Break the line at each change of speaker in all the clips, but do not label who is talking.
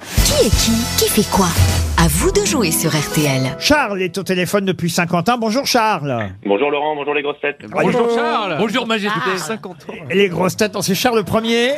Qui est qui Qui fait quoi À vous de jouer sur RTL.
Charles est au téléphone depuis 50 ans. Bonjour Charles.
Bonjour Laurent, bonjour les grosses têtes.
Bonjour Charles Ah.
Bonjour Majesté.
Les grosses têtes, c'est Charles le premier.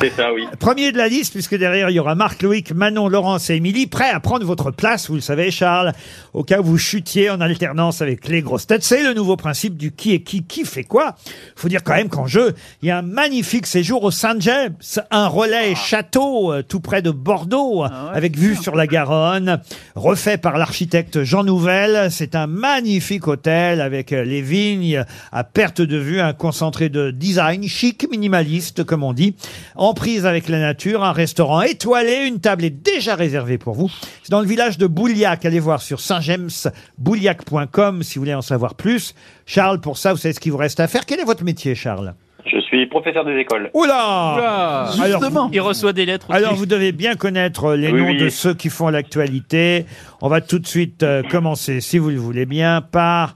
C'est ça, oui.
Premier de la liste, puisque derrière, il y aura Marc, Loïc, Manon, Laurence et Émilie, prêts à prendre votre place, vous le savez, Charles, au cas où vous chutiez en alternance avec les grosses têtes. C'est le nouveau principe du qui est qui, qui fait quoi. Faut dire quand même qu'en jeu, il y a un magnifique séjour au Saint-James, un relais château euh, tout près de Bordeaux, avec vue sur la Garonne, refait par l'architecte Jean Nouvel. C'est un magnifique hôtel avec euh, les vignes à perte de vue, un concentré de design chic, minimaliste, comme on dit, en prise avec la nature, un restaurant étoilé, une table est déjà réservée pour vous. C'est dans le village de Bouliac. Allez voir sur Saint-James, bouliac.com si vous voulez en savoir plus. Charles, pour ça, vous savez ce qu'il vous reste à faire. Quel est votre métier, Charles
Je suis professeur des écoles.
Oula Alors,
Il reçoit des lettres.
alors vous devez bien connaître les
Oui,
noms
oui.
de ceux qui font l'actualité. On va tout de suite euh, commencer, si vous le voulez bien, par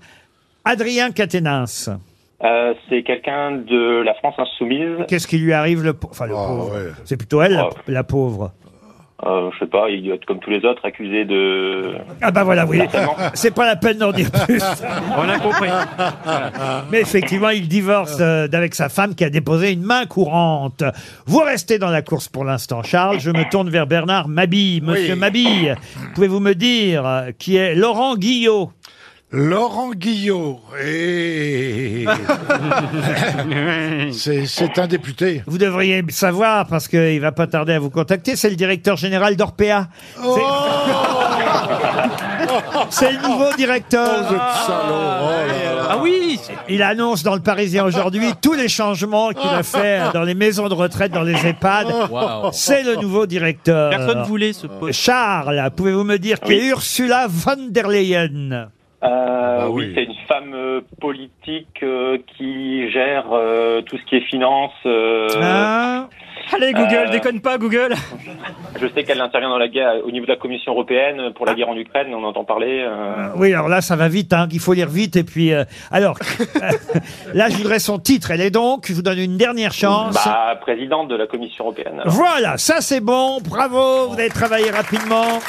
Adrien Caténins.
Euh, c'est quelqu'un de la France insoumise.
Qu'est-ce qui lui arrive le, pau- enfin, le
Ah,
pauvre
ouais.
C'est plutôt elle, la,
Oh.
la pauvre.
Euh, je sais pas, il doit être comme tous les autres accusé de.
Ah bah voilà, oui.
Harcèlement.
C'est pas la peine d'en dire plus.
On a compris.
Mais effectivement, il divorce euh, d'avec sa femme qui a déposé une main courante. Vous restez dans la course pour l'instant, Charles. Je me tourne vers Bernard Mabille. Monsieur
Oui.
Mabille, pouvez-vous me dire euh, qui est Laurent Guillot
Laurent Guillot. Et... c'est, c'est un député.
Vous devriez le savoir parce qu'il va pas tarder à vous contacter. C'est le directeur général d'Orpea. C'est- C'est le nouveau
Oh, vous
directeur.
êtes salaud. Oh là là.
Ah oui
Il annonce dans le Parisien aujourd'hui tous les changements qu'il a fait dans les maisons de retraite, dans les EHPAD. C'est le nouveau directeur.
Personne voulait ce poste.
Charles, pouvez-vous me dire qui est Ursula von der Leyen
Euh,
oui.
oui, c'est une femme euh, politique euh, qui gère euh, tout ce qui est finance. euh,
Hein
Allez
Google, Euh.
déconne pas Google
Je sais qu'elle intervient dans la guerre au niveau de la Commission européenne pour la guerre en Ukraine. On entend parler. euh.
Oui, alors là, ça va vite, hein, il faut lire vite. Et puis, euh, alors, là, je voudrais son titre. Elle est donc, je vous donne une dernière chance.
Bah, présidente de la Commission européenne. alors.
Voilà, ça c'est bon, bravo, vous avez travaillé rapidement.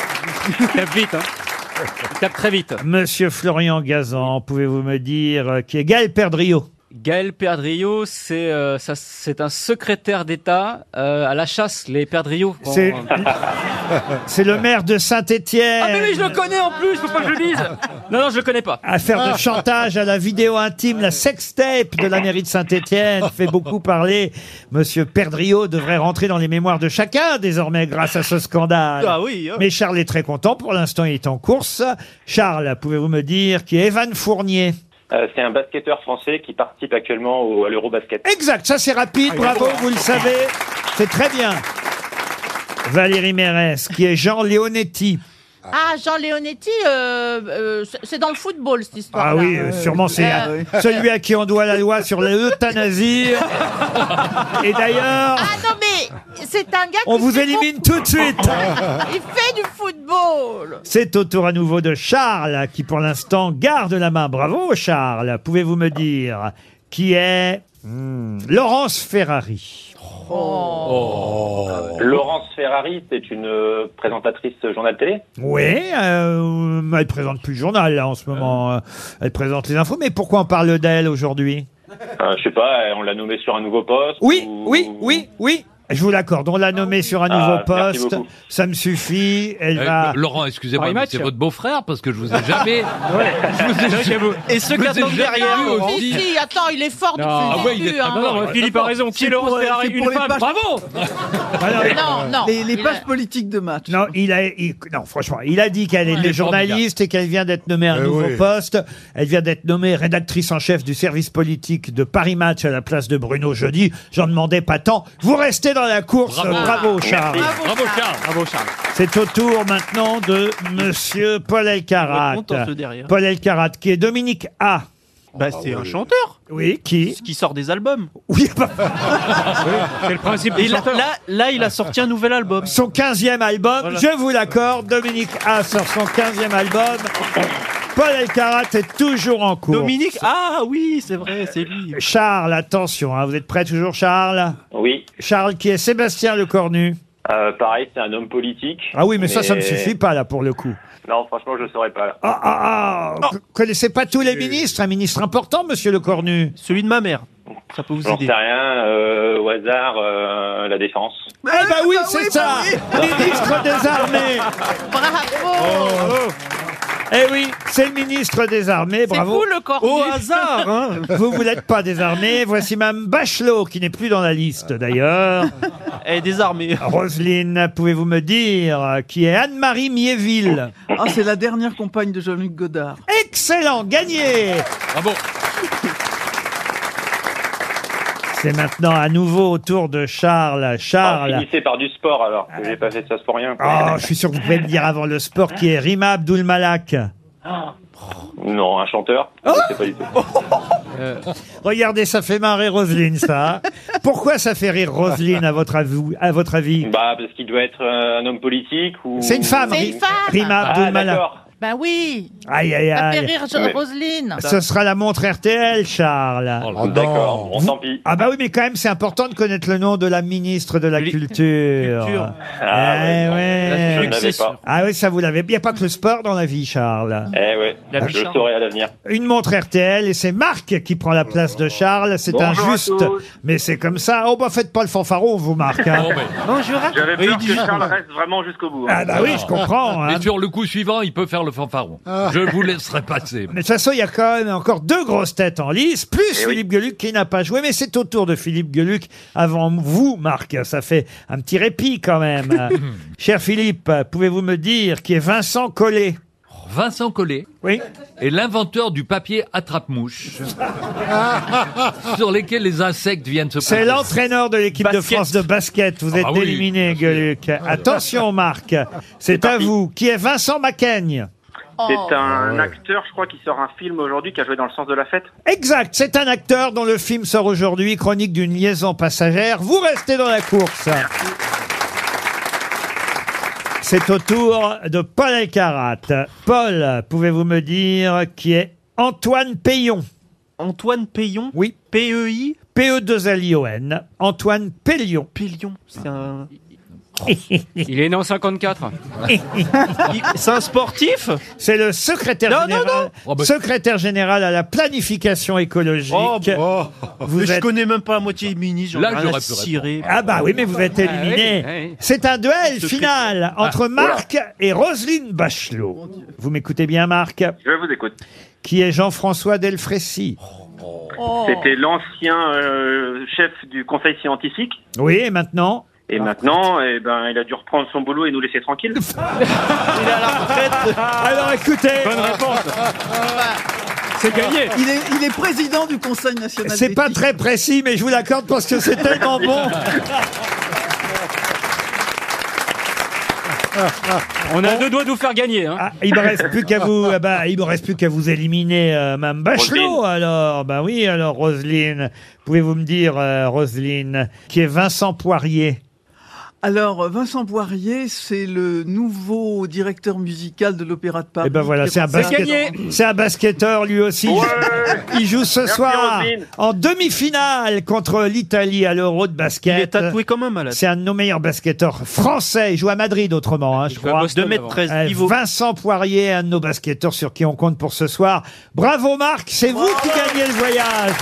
Tape vite, hein Tape très vite.
Monsieur Florian Gazan, pouvez-vous me dire euh, qui est Gaël Perdriau
Gaël Perdriau, c'est euh, ça- c'est un secrétaire d'État euh, à la chasse, les Perdriaux. Quand-
C'est c'est le maire de Saint-Étienne.
Oh. Ah mais oui, je le connais en plus, faut pas que je le dise Non, non, je le connais pas.
Affaire de chantage à la vidéo intime, la sextape de la mairie de Saint-Étienne fait beaucoup parler. Monsieur Perdriau devrait rentrer dans les mémoires de chacun désormais grâce à ce scandale.
Ah oui, hein.
Mais Charles est très content. Pour l'instant, il est en course. Charles, pouvez-vous me dire qui est Evan Fournier
Euh, c'est un basketteur français qui participe actuellement au, à l'Eurobasket.
Exact, ça c'est rapide. Bravo, vous le savez. C'est très bien. Valérie Mérès, qui est Jean Leonetti.
Ah, Jean Leonetti, euh, euh, c'est- c'est dans le football cette histoire.
Ah oui, euh, sûrement c'est euh, celui à qui on doit la loi sur l'euthanasie. Et d'ailleurs,
Ah non, mais c'est un gars
on
qui
vous
fait
élimine tout de suite.
beaucoup- Il fait du football.
C'est au tour à nouveau de Charles, qui pour l'instant garde la main. Bravo Charles. Pouvez-vous me dire qui est hmm, Laurence Ferrari
Laurence Ferrari, c'est une euh, présentatrice journal télé.
Oui, euh, elle présente plus le journal là, en ce moment. Euh, Elle présente les infos. Mais pourquoi on parle d'elle aujourd'hui
Euh, je sais pas, euh, on l'a nommée sur un nouveau poste.
Oui,
ou-
oui, oui, oui. Je vous l'accorde, on l'a nommée sur un nouveau
Ah, merci
poste.
beaucoup.
Ça me suffit. Elle
Euh,
va.
Laurent, excusez-moi,
Paris
mais
Ah, match.
c'est votre beau-frère parce que je vous ai jamais. Je vous ai jamais.
Et ceux
je vous
qui
ai
attendent
jamais
derrière,
vu
Laurent.
aussi.
Si, si, attends, il est fort depuis
Non.
le
Ah ouais,
début. hein.
Ah non, Philippe a raison, qui est Laurence Ferrari, une femme, bravo
Alors,
non, non.
Les, les
il
pages
a-
politiques de match.
Ah Non, il a, il- non, franchement, il a dit qu'elle était
est
journaliste et qu'elle vient d'être nommée à un
Eh
nouveau
oui.
poste. Elle vient d'être nommée rédactrice en chef du service politique de Paris Match à la place de Bruno Jeudi. J'en demandais pas tant. Vous restez dans la course. Bravo,
Bravo.
Charles.
Bravo,
Bravo
Charles.
Ah,
Charles
Bravo Charles.
C'est au tour maintenant de monsieur Paul
On
Elkarat.
est content ceux derrière.
Paul Elkarat, qui est Dominique A.
Bah c'est un chanteur
Oui, qui
qui sort des albums.
Oui, bah,
C'est le principe
Et là, là, là, il a sorti un nouvel album.
son 15e album. Je vous l'accorde. Dominique A sort son 15e album. Paul Elkarat est toujours en cours.
Dominique, ah oui, c'est vrai, c'est lui.
Charles, attention, hein, vous êtes prêt toujours, Charles
Oui.
Charles, qui est Sébastien Lecornu
Euh, pareil, c'est un homme politique.
Ah oui, mais, ça, ça ne suffit pas, là, pour le coup.
Non, franchement, je ne saurais pas. là.
Ah, ah, ah Vous connaissez pas tous les ministres, un ministre important, monsieur Le Cornu
Celui de ma mère. Ça peut vous
J'en sais
aider.
rien, euh, au hasard, euh, la défense.
Eh ben oui, c'est ça Ministre des Armées
Bravo
Oh, Eh oui, c'est le ministre des Armées,
C'est
bravo Ah,
vous le corps
Au hasard, hein
Vous, vous n'êtes pas désarmé. Voici Mme Bachelot, qui n'est plus dans la liste d'ailleurs.
Elle est désarmée.
Roselyne, pouvez-vous me dire euh, qui est Anne-Marie Miéville
Ah, c'est la dernière compagne de Jean-Luc Godard.
Excellent, gagné
Bravo.
C'est maintenant à nouveau au tour de Charles.
Ah,
Charles.
finissez par du sport alors.
Ah,
J'ai pas fait ça pour rien.
Oh, je suis sûr que vous pouvez me dire avant le sport qui est Rima Abdulmalak.
Non, un chanteur.
Oh
Je sais pas du tout.
Regardez, ça fait marrer Roselyne, ça. Pourquoi ça fait rire Roselyne, à votre, avou- à votre avis
Bah parce qu'il doit être euh, un homme politique ou.
C'est une femme.
C'est une femme.
Rima
Ah
Abdulmalak.
d'accord.
Ben oui
Aïe, aïe,
Ça fait
aïe.
rire Jo-
Ouais.
Roselyne
Ce sera la montre RTL, Charles.
Oh non.
D'accord. Bon, tant pis.
Ah bah oui, mais quand même, c'est important de connaître le nom de la ministre de la
Li-
culture.
Culture.
Ah,
Eh
ouais, non.
ouais.
Je
Vu
ne
que c'est
l'avais
sûr.
pas.
Ah oui, ça vous l'avez. Il n'y a pas que le sport dans la vie, Charles.
Eh ouais.
La
je le
Bicharde.
saurai à l'avenir.
Une montre RTL et c'est Marc qui prend la place de Charles. C'est
Bonjour à
injuste,
tous.
mais c'est comme ça. Oh bah faites pas le fanfaron, vous Marc. hein.
Bonjour.
J'avais
Oui,
peur
dis-
que Charles reste vraiment jusqu'au bout. hein.
ah Ah. bah oui, je comprends. hein.
Et sur le coup suivant, il peut faire le fanfaron. Je vous laisserai
Mais
passer.
de toute façon, il y a quand même encore deux grosses têtes en lice, plus
Eh oui.
Philippe Gueluc qui n'a pas joué. Mais c'est au tour de Philippe Gueluc avant vous, Marc. Ça fait un petit répit quand même. Cher Philippe, pouvez-vous me dire qui est Vincent Collet
Vincent Collet
Oui.
est l'inventeur du papier attrape-mouche sur lesquels les insectes viennent se
Ah. C'est
protéger.
l'entraîneur de l'équipe de
Basket.
France de basket. Vous êtes
bah oui,
éliminé,
bien sûr.
Gueluc. Attention, Marc. C'est à
parti.
vous. Qui est Vincent Macaigne
C'est un acteur, je crois, qui sort un film aujourd'hui qui a joué dans le sens de la fête.
Exact. C'est un acteur dont le film sort aujourd'hui, Chronique d'une liaison passagère. Vous restez dans la course. C'est au tour de Paul Elkarat. Paul, pouvez-vous me dire qui est Antoine Payon
Antoine E Payon
Oui.
PEI
E P-E-2-L-I-O-N. Antoine Payon.
Pélion. C'est un...
Il est né en 54.
Il- C'est un sportif
C'est le secrétaire
Non, non,
général,
Oh, bah-
secrétaire général à la planification écologique.
Oh,
vous
Mais
êtes...
Je connais même pas la moitié mini, j'en ai
Là,
rien
j'aurais
à
pu répondre.
cirer.
Ah bah oui, mais vous êtes éliminé.
Ah oui, oui.
C'est un duel
Ce
final entre Marc et Roselyne Bachelot. Vous m'écoutez bien, Marc
Je vous écoute.
Qui est Jean-François Delfrécy
Oh.
C'était l'ancien euh, chef du conseil scientifique.
Oui, et maintenant
Et maintenant, eh ben, il a dû reprendre son boulot et nous laisser tranquilles.
Alors écoutez,
C'est gagné
Il est, il est président du Conseil national.
c'est pas
d'éthique.
très précis, mais je vous l'accorde parce que c'est tellement bon.
On a deux doigts de vous faire gagner. Hein.
Ah, il me reste plus qu'à vous, ah bah, il me reste plus qu'à vous éliminer, euh, Mme Bachelot.
Roselyne.
Alors, bah oui, alors Roselyne, pouvez-vous me dire, euh, Roselyne, qui est Vincent Poirier
Alors, Vincent Poirier, c'est le nouveau directeur musical de l'Opéra de Paris.
Eh ben voilà,
qui
c'est un
représente-
basket- c'est un basketteur lui aussi. Il joue ce soir
Roselyne.
en demi-finale contre l'Italie à l'Euro de
Il est
basket.
tatoué comme un malade.
C'est un de nos meilleurs basketteurs français. Il joue à Madrid autrement, hein, je
joue à
crois.
Boston.
2m13
Euh,
pivot.
Vincent Poirier, un de nos basketteurs sur qui on compte pour ce soir. Bravo Marc, c'est vous qui gagnez le voyage.